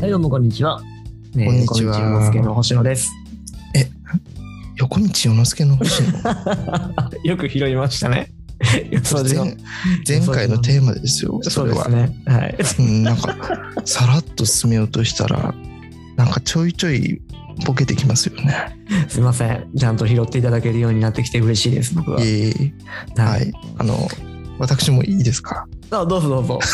はい、どうもこんにちは。ねこんにちはこんにち介の星野です。横道世之助の星野 よく拾いましたね。そうです 前前回のテーマですよそそうれではすね。はい。うんなんかさらっと進めようとしたらなんかちょいちょいボケてきますよねすいません。ちゃんと拾っていただけるようになってきて嬉しいです、僕は。いえいえは。はいいあの私もいいですかあどうぞどうぞ。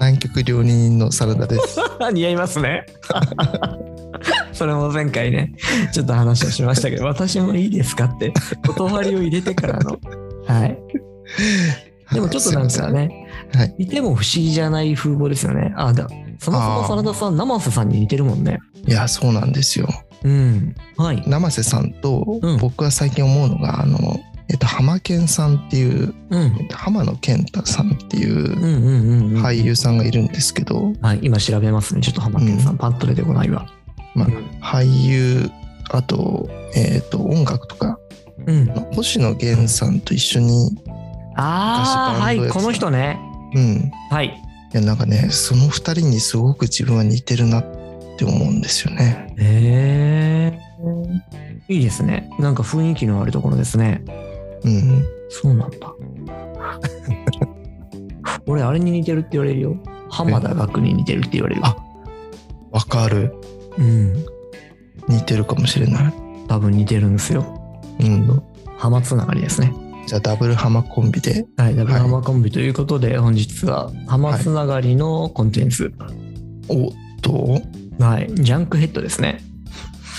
南極料理人のサラダです似合いますね。 それも前回ね、ちょっと話をしましたけど、私もいいですかって、断りを入れてからの。はい。 でもちょっとなんすいかませんね、 はい似ても不思議じゃない風貌ですよね。あ、だ、そもそもあーサラダさん、生瀬さんに似てるもんね。いやそうなんですようん。はい。生瀬さんとうん僕は最近思うのが、あのえっと浜健さんっていううん。浜野健太さんっていううんうんうん、うん。俳優さんがいるんですけど、はい、今調べますね。ちょっと浜県さん、パッと出てこないわ。まあ俳優あと,、えー、と音楽とかうんあ。の星野源さんと一緒に、ああ、は昔バンドい、やってたこの人ね。うん、いはい。やなんかねその2人にすごく自分は似てるなって思うんですよね。へえ。いいですね。なんか雰囲気のあるところですね。うん、そうなんだ。 俺、あれに似てるって言われるよ。浜田学に似てるって言われる。あわかるうん。似てるかもしれない。多分似てるんですよ。うん、浜つながりですね。じゃあダブルハマコンビではい、ダブル浜コンビということで、本日は浜つながりのコンテンツ。おっとはい、ジャンクヘッドですね。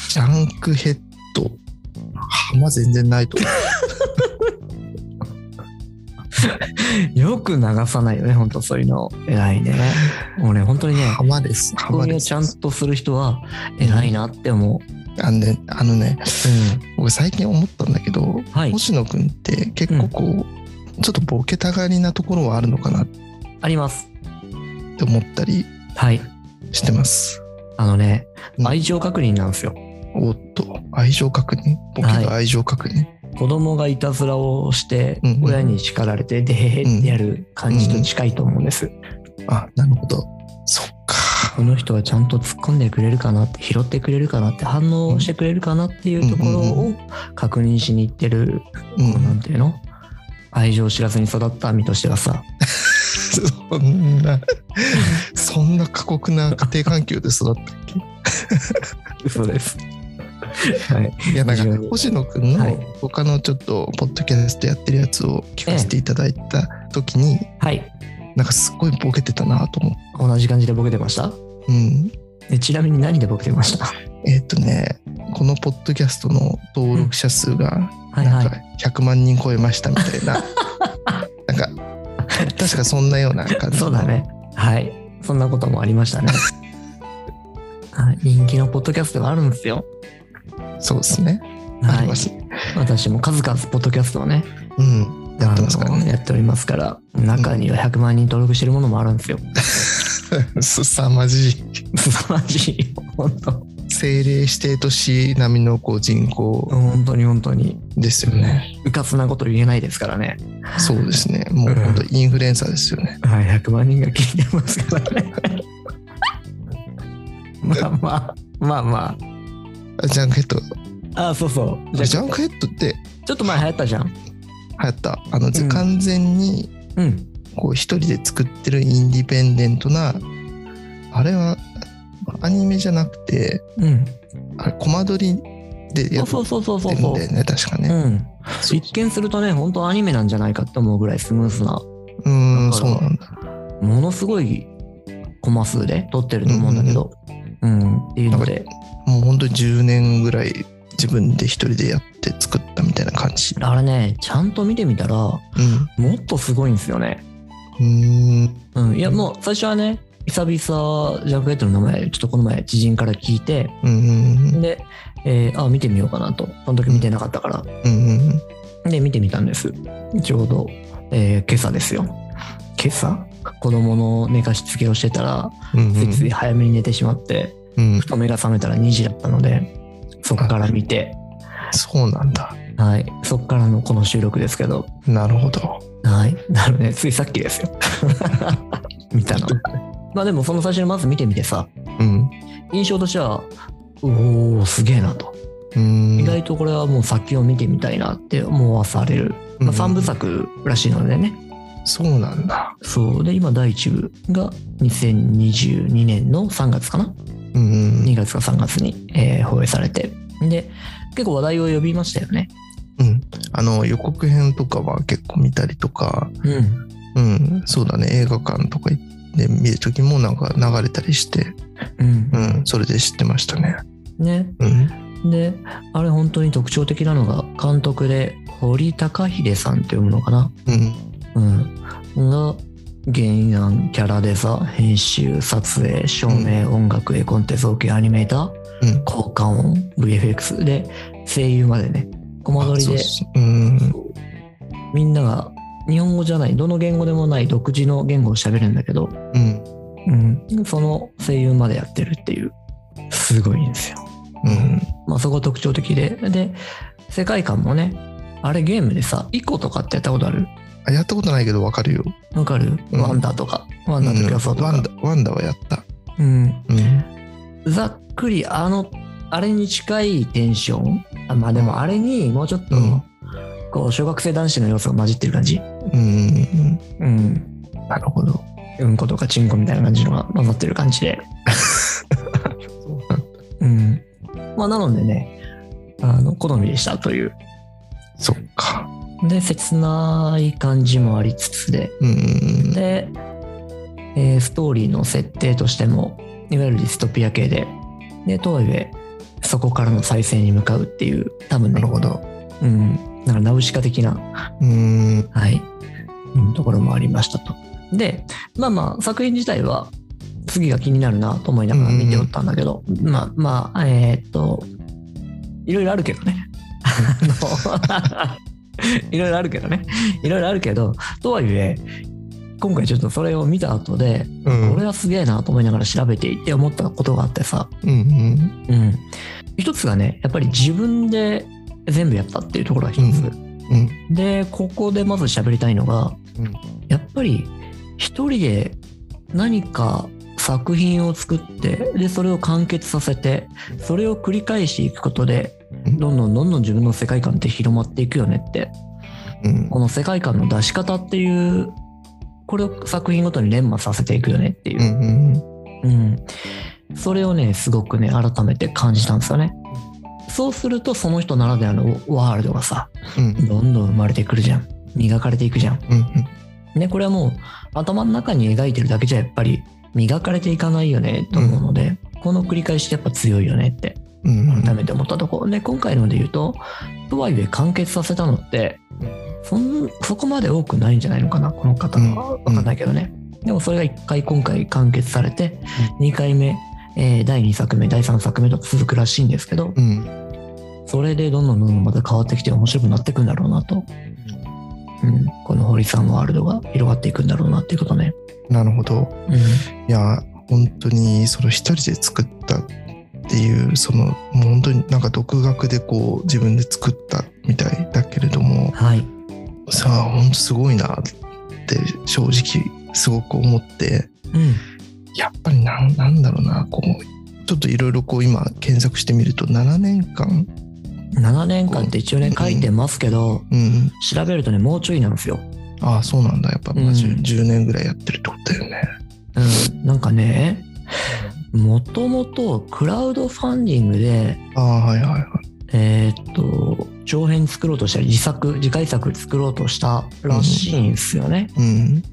ジャンクヘッド浜全 然ないと思う。よく流さないよね、本当そういうの。偉いね。俺、本当にね、浜ですツッコ浜ミでをすちゃんとする人は偉いなって思う。あのねあのねう僕最近思ったんだけど、ん。はい。星野くんって結構こう、ちょっとボケたがりなところはあるのかなっあります。て思ったりはい。してます。あのねう、ん愛情確認なんですよ。おっと愛情確認ボケと愛情確認、子供がいたずらをしてうん、うん親に叱られて、でへへってやる感じと近いと思うんです。あなるほどそっかこの人はちゃんと突っ込んでくれるかなって、拾ってくれるかなって、反応してくれるかなっていうところを確認しに行ってる、こううなんん ていうの愛情を知らずに育った身としてはさ、そ んなそんな過酷な家庭環境で育ったっ嘘 です。はい。けいやなん非常にか星野くんはいの他のちょっとポッドキャストやってるやつを聞かせていただいた時に、はい。なんかすっごいボケてたなと思同じ感じでボケてましたう、うん、えちなみに何でボケてました えっとね、このポッドキャストの登録者数がはいはなんい。か100万人超えましたみた いな、なんか確かそんなような感じそうだね。はい。そんなこともありま したね。はい人気のポッドキャストがあるんですよ。そうですね、あはりまい。すね私も数々ポッドキャストをね、うんやってますからあのねやっておりますから、中には100万人登録してるものもあるんですよ。 すさまじい凄まじい。 本当。政令指定都市並みのこう人口本当に本当に。ですよね、うかつなこと言えないですからね。そうですねもう本当インフルエンサーですよねはい、100万人が聞いてますから ね。まあまあ、まあまあジャンクヘッドあ。あそうそう。じジゃャンクヘッドってあ、ちょっと前流行ったじゃん。流行ったあの、ん完全にうん。こう一人で作ってるインディペンデントなあれはアニメじゃなくてうん。あれコマ撮りでやってそうそうそうそうるんそう。だよね確かうねん、そう一見するとね本当アニメなんじゃないかって思うぐらいスムースなうーだんからそうなんだものすごいコマ数で撮ってると思うんだけど、うんっていうのでもうほんと10年ぐらい自分で一人でやって作ったみたいな感じあれねちゃんと見てみたらもっとすごいんですよね、うんうーんうん、いやもう最初はね久々ジャンクエットの名前ちょっとこの前知人から聞いてうんで、えーあ見てみようかなとその時見てなかったから、うんうんで見てみたんですちょうど、えー今朝ですよ今朝子供の寝かしつけをしてたらうんついつい早めに寝てしまって、うんふと目が覚めたら2時だったので、そこから見て、そうなんだはい、そこからのこの収録ですけど、なるほど はい、なので、ついさっきですよ。見たの。まあでもその最初にまず見てみてさ、うん。印象としては、おおすげえなと。うーん。意外とこれはもう先を見てみたいなって思わされる。まあ、う3ん部作らしいのでね。そうなんだ。そう。で、今第1部が2022年の3月かなうんうん ?2 月か3月に、えー放映されて。で、結構話題を呼びましたよね。うん。あの、予告編とかは結構見たりとか、うん。うん、そうだね、映画館とかで見るときもなんか流れたりして、うんう。ん、それで知ってましたね。ね。うん。で、あれ本当に特徴的なのが、監督で堀高秀さんって読むのかなうん。うん、が原案キャラデザ編集撮影照明、音楽絵コンテ造形アニメーターうん。効果音 VFX で声優までねコマ撮りあそうでそううん。みんなが日本語じゃないどの言語でもない独自の言語を喋るんだけど、うん。うん、その声優までやってるっていうすごいんですよ。うん。まあ、そこ特徴的でで世界観もねあれゲームでさ「イコ」とかってやったことあるあ、やったことないけどわかるよ。わかる、うんワンダーとかワンダーとかそうとワか、ンダ、ワンダはやった。うん、うん。ざっくりあのあれに近いテンションあまあでもあれにもうちょっと、うんこう小学生男子の要素が混じってる感じうん。うんなるほど。うんことかチンコみたいな感じのが混ざってる感じでうんまあなのでねあの好みでしたというそっか。で切ない感じもありつつでうん。で、えーストーリーの設定としてもいわゆるディストピア系ででとはいえそこからの再生に向かうっていう多分ねなるほど。うん、なんかナウシカ的な、うん。はい、うんところもありましたと。で、まあまあ、作品自体は、次が気になるなと思いながら見ておったんだけど、まあまあ、えーっと、いろいろあるけどね。あの いろいろあるけどね。いろいろあるけど、とはいえ、今回ちょっとそれを見た後で、うん。俺はすげえなと思いながら調べていって思ったことがあってさ、うん。うん、一つがねやっぱり自分で全部やったっていうところが一つ、うん。でここでまず喋りたいのが、うんやっぱり一人で何か作品を作ってでそれを完結させてそれを繰り返していくことでうんどんどんどんどん自分の世界観って広まっていくよねってうん。この世界観の出し方っていうこれを作品ごとに連磨させていくよねっていうう、ん。うん、それをねすごくね改めて感じたんですよね。そうするとその人ならではのワールドがさうん。どんどん生まれてくるじゃん磨かれていくじゃん。うん。ねこれはもう頭の中に描いてるだけじゃやっぱり磨かれていかないよねと思うので、この繰り返しってやっぱ強いよねってうん。改めて思ったところ、で今回ので言うととはいえ完結させたのってそんそこまで多くないんじゃないのかなこの方はうん分かんないけどね、でもそれが1回今回完結されて、2回目、えー第2作目第3作目と続くらしいんですけどうん。それでどんどんどんどんまた変わってきて面白くなっていくんだろうなと、うん、この堀さんワールドが広がっていくんだろうなっていうことね、なるほど。いや、本当に、その一人で作ったっていう、その、もう本当になんか独学でこう、自分で作ったみたいだけれども、はいさあ、本当すごいなって、正直、すごく思って、うんやっぱりなんなんだろうな、こう、ちょっといろいろこう、今、検索してみると、7年間、 7年間って一応ね書いてますけどうん、調べるとねもうちょいなんですよ、ああ、そうなんだ、やっぱ、まあうん 10, 10年ぐらいやってるってことだよね。うん、なんかねもともとクラウドファンディングでああ、はいはいはい。えーっと長編作ろうとしたり自作次回作作ろうとしたらしいんですよね、うん。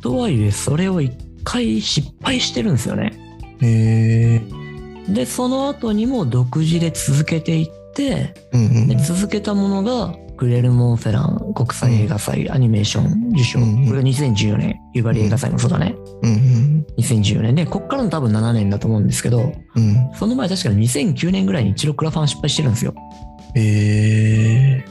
とはいえそれを一回失敗してるんですよねへえ。でその後にも独自で続けていってうんうんで続けたものがグレルモン・フェラン国際映画祭アニメーション受賞、うんうんこれが2014年ユーバリー映画祭もそうだねうん2014年でこっからの多分7年だと思うんですけどうんうん。その前確かに2009年ぐらいに一度クラファン失敗してるんですよへえ。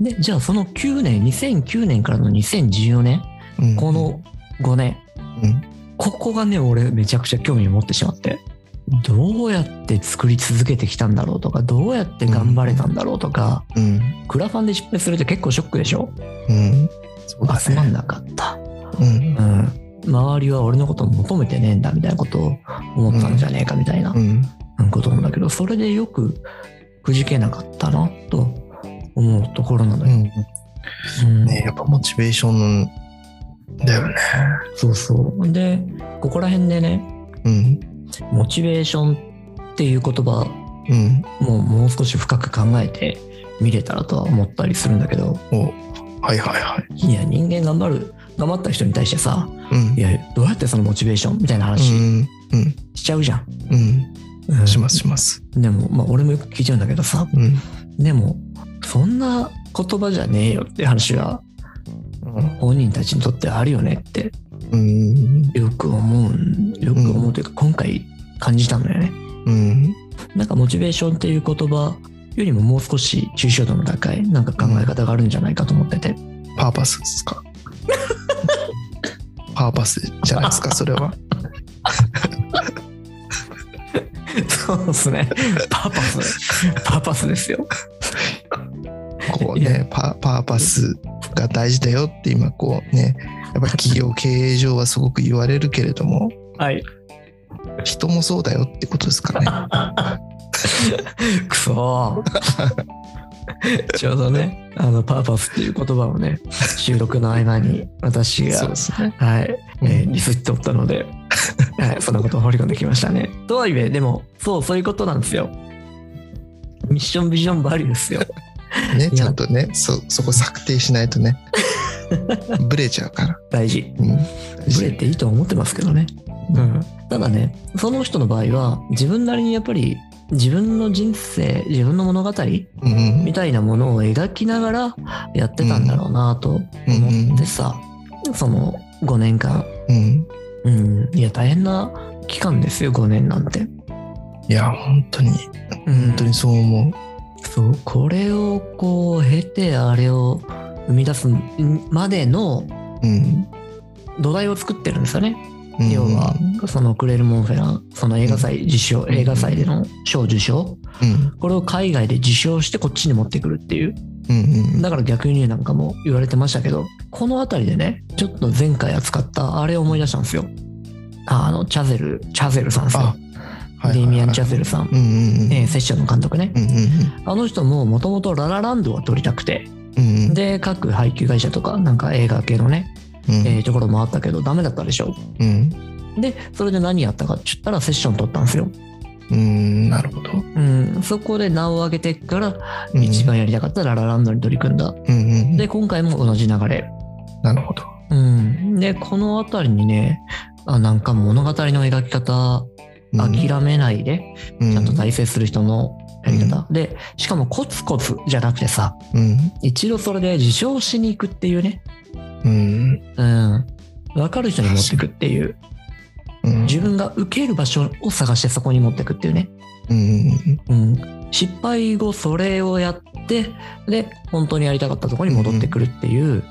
でじゃあその9年2009年からの2014年うんこの5年うんここがね俺めちゃくちゃ興味を持ってしまってどうやって作り続けてきたんだろうとかどうやって頑張れたんだろうとか、うんクラファンで失敗するって結構ショックでしょうん。そうだ集まね。んなかった、うんうん、周りは俺のこと求めてねえんだみたいなことを思ったんじゃねえかみたいなうんことなんだけど、それでよくくじけなかったなと思うところなのうよ。んうんねやっぱモチベーションだよねそうそう。で、ここら辺でね、うんモチベーションっていう言葉うんもうもう少し深く考えて見れたらとは思ったりするんだけど、おはいはいはいや、人間頑張る、頑張った人に対してさ、いうんいや、どうやってそのモチベーションみたいなう話んうんしちゃうじゃん。うんうんしますしますでも、まあ、俺もよく聞いちゃうんだけどさ、うんでも、そんな言葉じゃねえよって話がうん本人たちにとってあるよねってうんよく思うんよく思うというか、今回感じたんだよね。うんなんかモチベーションっていう言葉よりももう少し抽象度の高いなんか考え方があるんじゃないかと思ってて、パーパスですかパーパスじゃないですかそれはそうですねパーパスパーパスですよこういねパパーパスが大事だよって今こうねやっぱ企業経営上はすごく言われるけれどもはい人もそうだよってことですかね く そーちょうどねあのパーパスっていう言葉をね収録の合間に私がすねはい、えーうんディスっておったので、 はい、そんなことを放り込んできましたね。とはいえ、でも、そう、そういうことなんですよ。ミッション、ビジョン、バリューですよ。ねいやちゃんとねそそこ策定しない とねブレちゃうから、大事。うん、ブレていいとは思ってますけどね。うん、ただね、その人の場合は、自分なりにやっぱり、自分の人生、自分の物語うんみたいなものを描きながらやってたんだろうなと思ってさ、その5年間、うんうん、いや、大変な期間ですよ、5年なんて。いや本当にうん本当にそう思うそうこれをこう経てあれを生み出すまでのうん、土台を作ってるんですよね、うん、要はそのクレルモンフェランその映画祭受賞、ん映画祭での賞受賞うんこれを海外で受賞してこっちに持ってくるっていううんうんだから逆になんかも言われてましたけどこの辺りでねちょっと前回扱ったあれを思い出したんですよああのチャゼルチャゼルさんですよ、あはいはいはいデイミアン・チャゼルさん、うんうんうんえーセッションの監督ねうんうんあの人ももともとララランドは撮りたくてうんうんで各配給会社とかなんか映画系のね、うんえーところもあったけどダメだったでしょうんでそれで何やったかって言ったらセッション取ったんですよ、うんなるほどうん、そこで名を上げてから一番やりたかったララランドに取り組んだ、うんうんうんで今回も同じ流れ、なるほどうん、でこの辺りにねあなんか物語の描き方諦めないでうんちゃんと大成する人のやり方、でしかもコツコツじゃなくてさうん一度それで受賞しに行くっていうね、うんうん、分かる人に持ってくっていううん自分が受ける場所を探してそこに持っていくっていうね、うんうん、失敗後それをやってで本当にやりたかったところに戻ってくるっていう、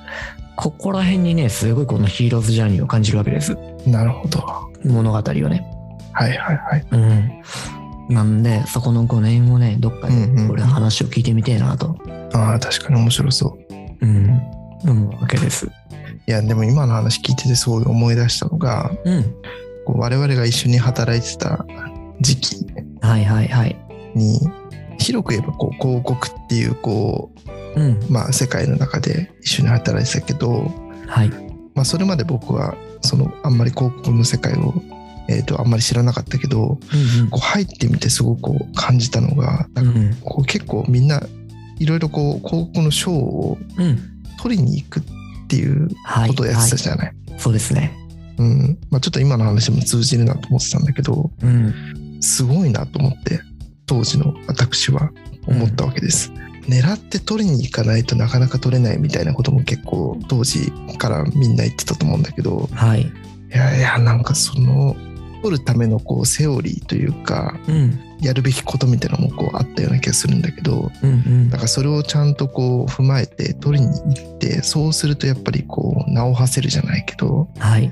ここら辺にねすごいこのヒーローズジャーニーを感じるわけですなるほどは物語をね、いはいはいうん、なんでそこの5年をねどっかうんうんうでんこれ話を聞いてみてえなと、ああ確かに面白そううん、思うわけですいやでも今の話聞いててすごい思い出したのがうんこう我々が一緒に働いてた時期はいはいはいに広く言えばこう広告っていうこうんうまあ世界の中で一緒に働いてたけどはいまあそれまで僕はそのあんまり広告の世界をえーとあんまり知らなかったけどこう入ってみてすごくこう感じたのがうなんんかうんこう結構みんないろいろこう広告の賞をうん取りに行くっていうはいことをやってたじゃない、はいそうですねうんまあ、ちょっと今の話も通じるなと思ってたんだけどうんすごいなと思って当時の私は思ったわけです、狙って取りに行かないとなかなか取れないみたいなことも結構当時からみんな言ってたと思うんだけどはいいやいやなんかその取るためのこうセオリーというかうんやるべきことみたいなのもこうあったような気がするんだけどうんうんだからそれをちゃんとこう踏まえて取りに行ってそうするとやっぱりこう名を馳せるじゃないけどはい。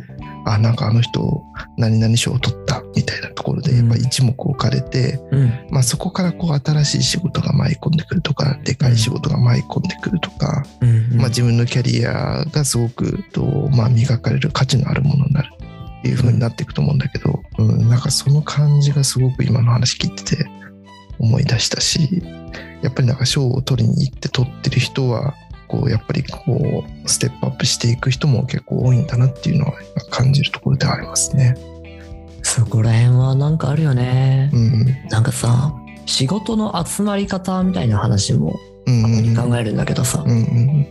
あなんかあの人何々賞を取ったみたいなところでやっぱ一目置かれて、うんまあ、そこからこう新しい仕事が舞い込んでくるとかでかい仕事が舞い込んでくるとか、うんまあ、自分のキャリアがすごくと、まあ、磨かれる価値のあるものになるっていう風になっていくと思うんだけど、うん、なんかその感じがすごく今の話聞いてて思い出したしやっぱりなんか賞を取りに行って取ってる人はこうやっぱりこうステップアップしていく人も結構多いんだなっていうのは感じるところではありますね。そこら辺はなんかあるよねう、んなんかさ仕事の集まり方みたいな話もうんたうまにん考えるんだけどさ、うんうん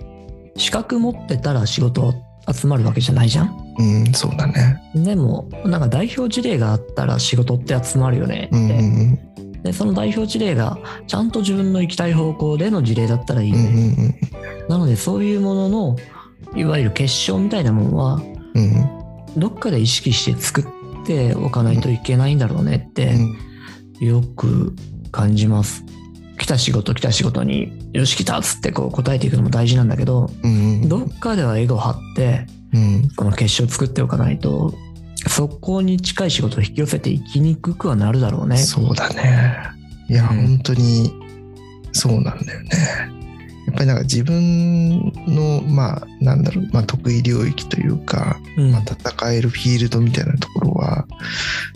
資格持ってたら仕事集まるわけじゃないじゃんうん、そうだね。でもなんか代表事例があったら仕事って集まるよねうんって、うんでその代表事例がちゃんと自分の行きたい方向での事例だったらいいうんうよんね、なのでそういうもののいわゆる結晶みたいなものはうんうんどっかで意識して作っておかないといけないんだろうねってよく感じます。来た仕事来た仕事に「よし来た」っつってこう答えていくのも大事なんだけどうんうんどっかではエゴ張ってうんこの結晶作っておかないとそこに近い仕事を引き寄せていきにくくはなるだろうね。そうだね。いや、うん本当にそうなんだよね。やっぱりなんか自分の、まあ、なんだろう、まあ、得意領域というか、うんまあ、戦えるフィールドみたいなところは、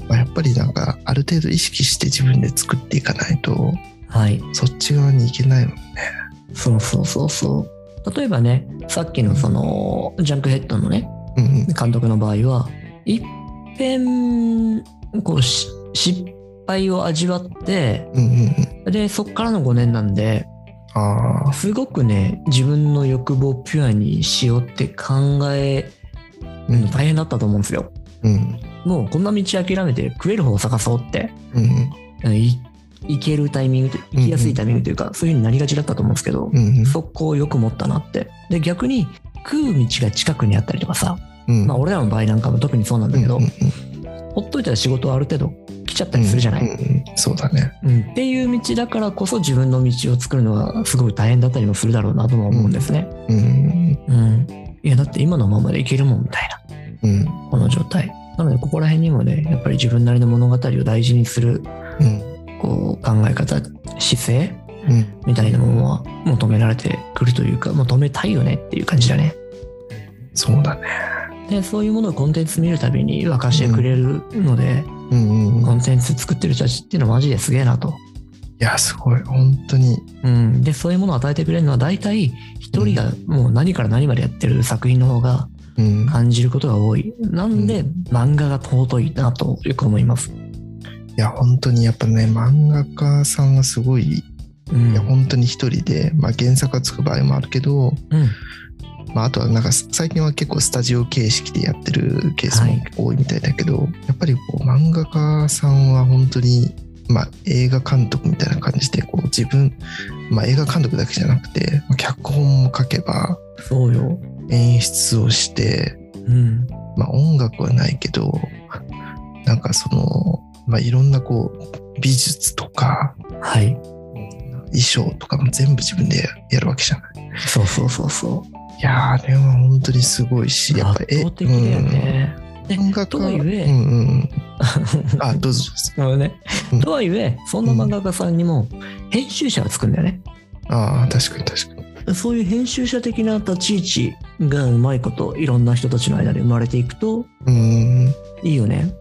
まあ、やっぱりなんか、ある程度意識して自分で作っていかないと、はいそっち側に行けないもんね。そうそうそうそう。例えばねさっきのそのジャンクヘッドのねうんうん監督の場合はいっぺんこうし失敗を味わってうんうんうん。でそっからの5年なんでああ、すごくね自分の欲望をピュアにしようって考えうるのん大変だったと思うんですよ。うんもうこんな道諦めて食える方を探そうってうんい行けるタイミングと行きやすいタイミングというかそういう風になりがちだったと思うんですけどうんうんそこをよく持ったなって。で逆に食う道が近くにあったりとかさうんまあ俺らの場合なんかも特にそうなんだけどうんうんほっといたら仕事はある程度来ちゃったうんりするじゃない、うんうんそうだね。うんっていう道だからこそ自分の道を作るのはすごい大変だったりもするだろうなとは思うんですね。うんうん。いやだって今のままでいけるもんみたいな、うんこの状態。なのでここら辺にもね、やっぱり自分なりの物語を大事にするうんこう考え方、姿勢うん。みたいなものは求められてくるというか、求めたいよねっていう感じだね。そうだね。で、そういうものをコンテンツ見るたびに沸かしてくれるので、うんうんうん。コンテンツ作ってる人たちっていうのはマジですげえなと。いや、すごい。本当に。うん、でそういうものを与えてくれるのは大体一人がもう何から何までやってる作品の方がうん。感じることが多いなんで漫画が尊いなとよく思います、いや、本当にやっぱね、漫画家さんがすごい、いうんや、本当に一人で、まあ原作がつく場合もあるけど、うんまああとはなんか最近は結構スタジオ形式でやってるケースも多いみたいだけど、やっぱりこう漫画家さんは本当に、まあ映画監督みたいな感じで、こう自分、まあ映画監督だけじゃなくて、まあ脚本も書けば、そうよ、演出をして、うん、まあ、音楽はないけどなんかその、まあ、いろんなこう美術とかはい衣装とかも全部自分でやるわけじゃない。そうそうそうそいやーあれは本当にすごいしうやっぱ圧倒的だよね、えうん、音楽と家はういんえうんうん、あどうぞどうぞ。なるほどねうんとはいえそんな漫画家さんにも編集者がつくんだよねああ確かに確かに。そういう編集者的な立ち位置がうまいこといろんな人たちの間で生まれていくとうんいいよね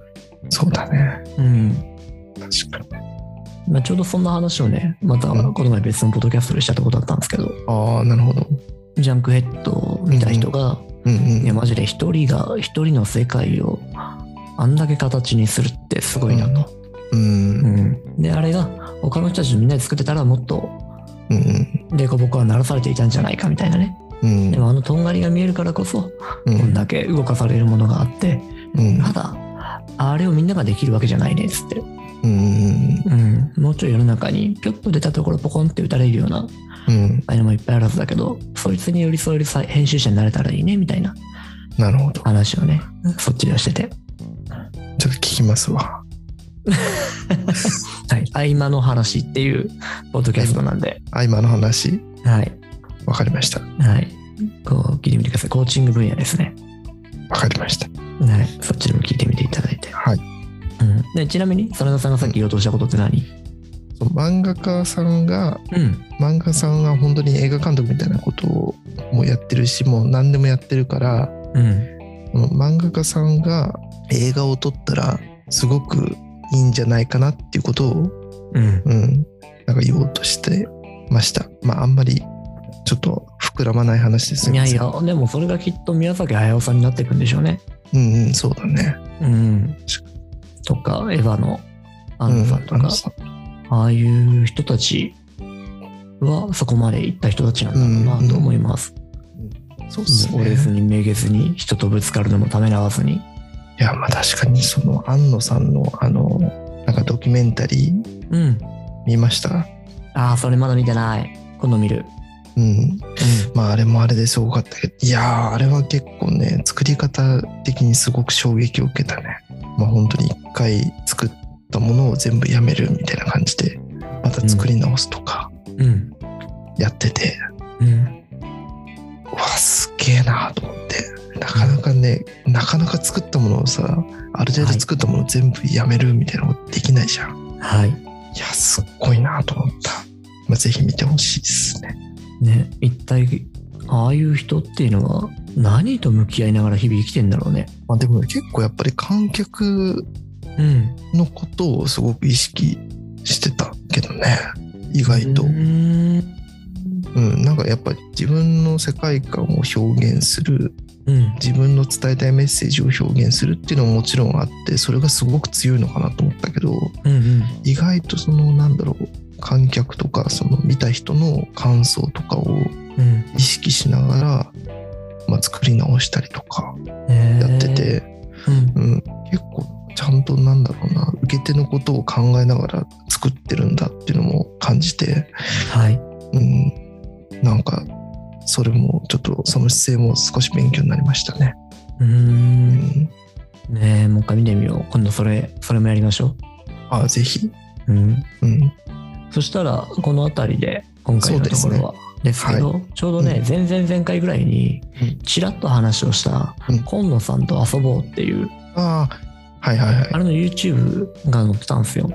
そうだねうん確かに。まあ、ちょうどそんな話をね、またうんこの前別のポッドキャストでしたってことだったんですけど、ああなるほど。ジャンクヘッドを見た人が、うんうん、いや、マジで一人が一人の世界をあんだけ形にするってすごいなと。うんうんで、あれが他の人たちみんなで作ってたらもっとうんデコボコは鳴らされていたんじゃないかみたいなね。うんでもあのとんがりが見えるからこそ、うこんんだけ動かされるものがあって、うんただ、あれをみんなができるわけじゃないねっつって、うんうん、もうちょい世の中にぴょっと出たところポコンって打たれるようなうんあれもいっぱいあるはずだけど、そいつに寄り添えるさ編集者になれたらいいねみたいななるほど話をね、そっちではしてて。ちょっと聞きますわ。はい。合間の話っていうポッドキャストなんで。あ今の話はい。わかりました。はい。こう聞いてみてください。コーチング分野ですね。わかりました。はい。そっちでも聞いてみていただいて。はい。うん、でちなみに真田さんがさっき言おうとしたことって何その漫画家さんがうん漫画さんは本当に映画監督みたいなことをもやってるしもう何でもやってるからうんこの漫画家さんが映画を撮ったらすごくいいんじゃないかなっていうことを、うんうん、なんか言おうとしてました。まああんまりちょっと膨らまない話ですいね。やいやでもそれがきっと宮崎駿さんになっていくんでしょうねうんうんそうだね。うんとかエヴァのアンナさんとうんか、ああいう人たちはそこまで行った人たちなんだろうなと思います、そうっすね。折れずにめげずに人とぶつかるのもためらわずにいやまあ確かにその安野さんのあのなんかドキュメンタリーうん見ましたああそれまだ見てない今度見るうんまああれもあれですごかったけどいやーあれは結構ね作り方的にすごく衝撃を受けたねまあ本当に一回作ったものを全部やめるみたいな感じでまた作り直すとかうんうんやってて、うんうわすげえなと思ってなかなかね、なかなか作ったものをさある程度作ったものを全部やめるみたいなことできないじゃん、はいいや、すっごいなと思った。まあ、ぜひ見てほしいですね。ね一体ああいう人っていうのは何と向き合いながら日々生きてんだろうねまあ、でも結構やっぱり観客うんのことをすごく意識してたけどね。意外と。ううん、ーんなんかやっぱり自分の世界観を表現する、うん自分の伝えたいメッセージを表現するっていうのももちろんあって、それがすごく強いのかなと思ったけど、うんうん意外とその、なんだろう、観客とか、その見た人の感想とかをうん意識しながら、まあ、作り直したりとか、ねやってて、うんうん、結構ちゃんとなんだろうな受け手のことを考えながら作ってるんだっていうのも感じて、はいうん、なんかそれもちょっとその姿勢も少し勉強になりましたね。うーうんん、ねえもう一回見てみよう今度それそれもやりましょあぜひ、ううんうん、そしたらこの辺りで今回のところはですけどちょうどね、前々前回ぐらいにうんちらっと話をしたうん今野さんと遊ぼうっていうああはいはいはいあれの YouTube が載ってたんですよ。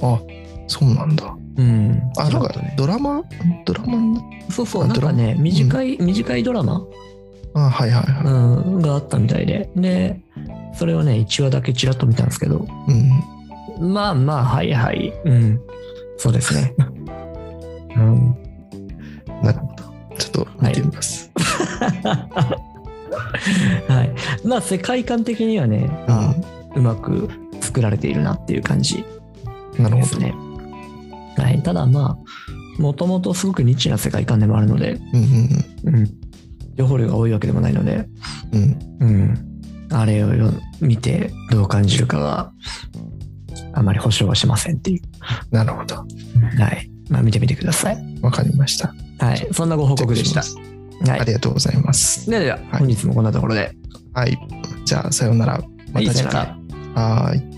あそうなんだ。うん、あちなょんっかとねドラマドラマにそうそうあなんかね短い、短いドラマ、あはいはいはうん、があったみたいででそれをね1話だけちらっと見たんですけどい。うんまあまあはいはいうんそうですね。 うんなるほどちょっと見てみます。はい、まあ世界観的にはね、あうまく作られているなっていう感じうん、なるでほすど。ね。はい、ただまあもともとすごくニッチな世界観でもあるので、うんうん、情報量が多いわけでもないので、うんうんうん、あれをよ見てどう感じるかがあまり保証はしませんっていう、なるほどはいまあ、見てみてください。わかりました。はい、そんなご報告でした。チェックしまはすあい、りがとうございます。ではでは本日もこんなところで、はい。じゃあ、さようなら。まいいたさ次よなら回。はーい。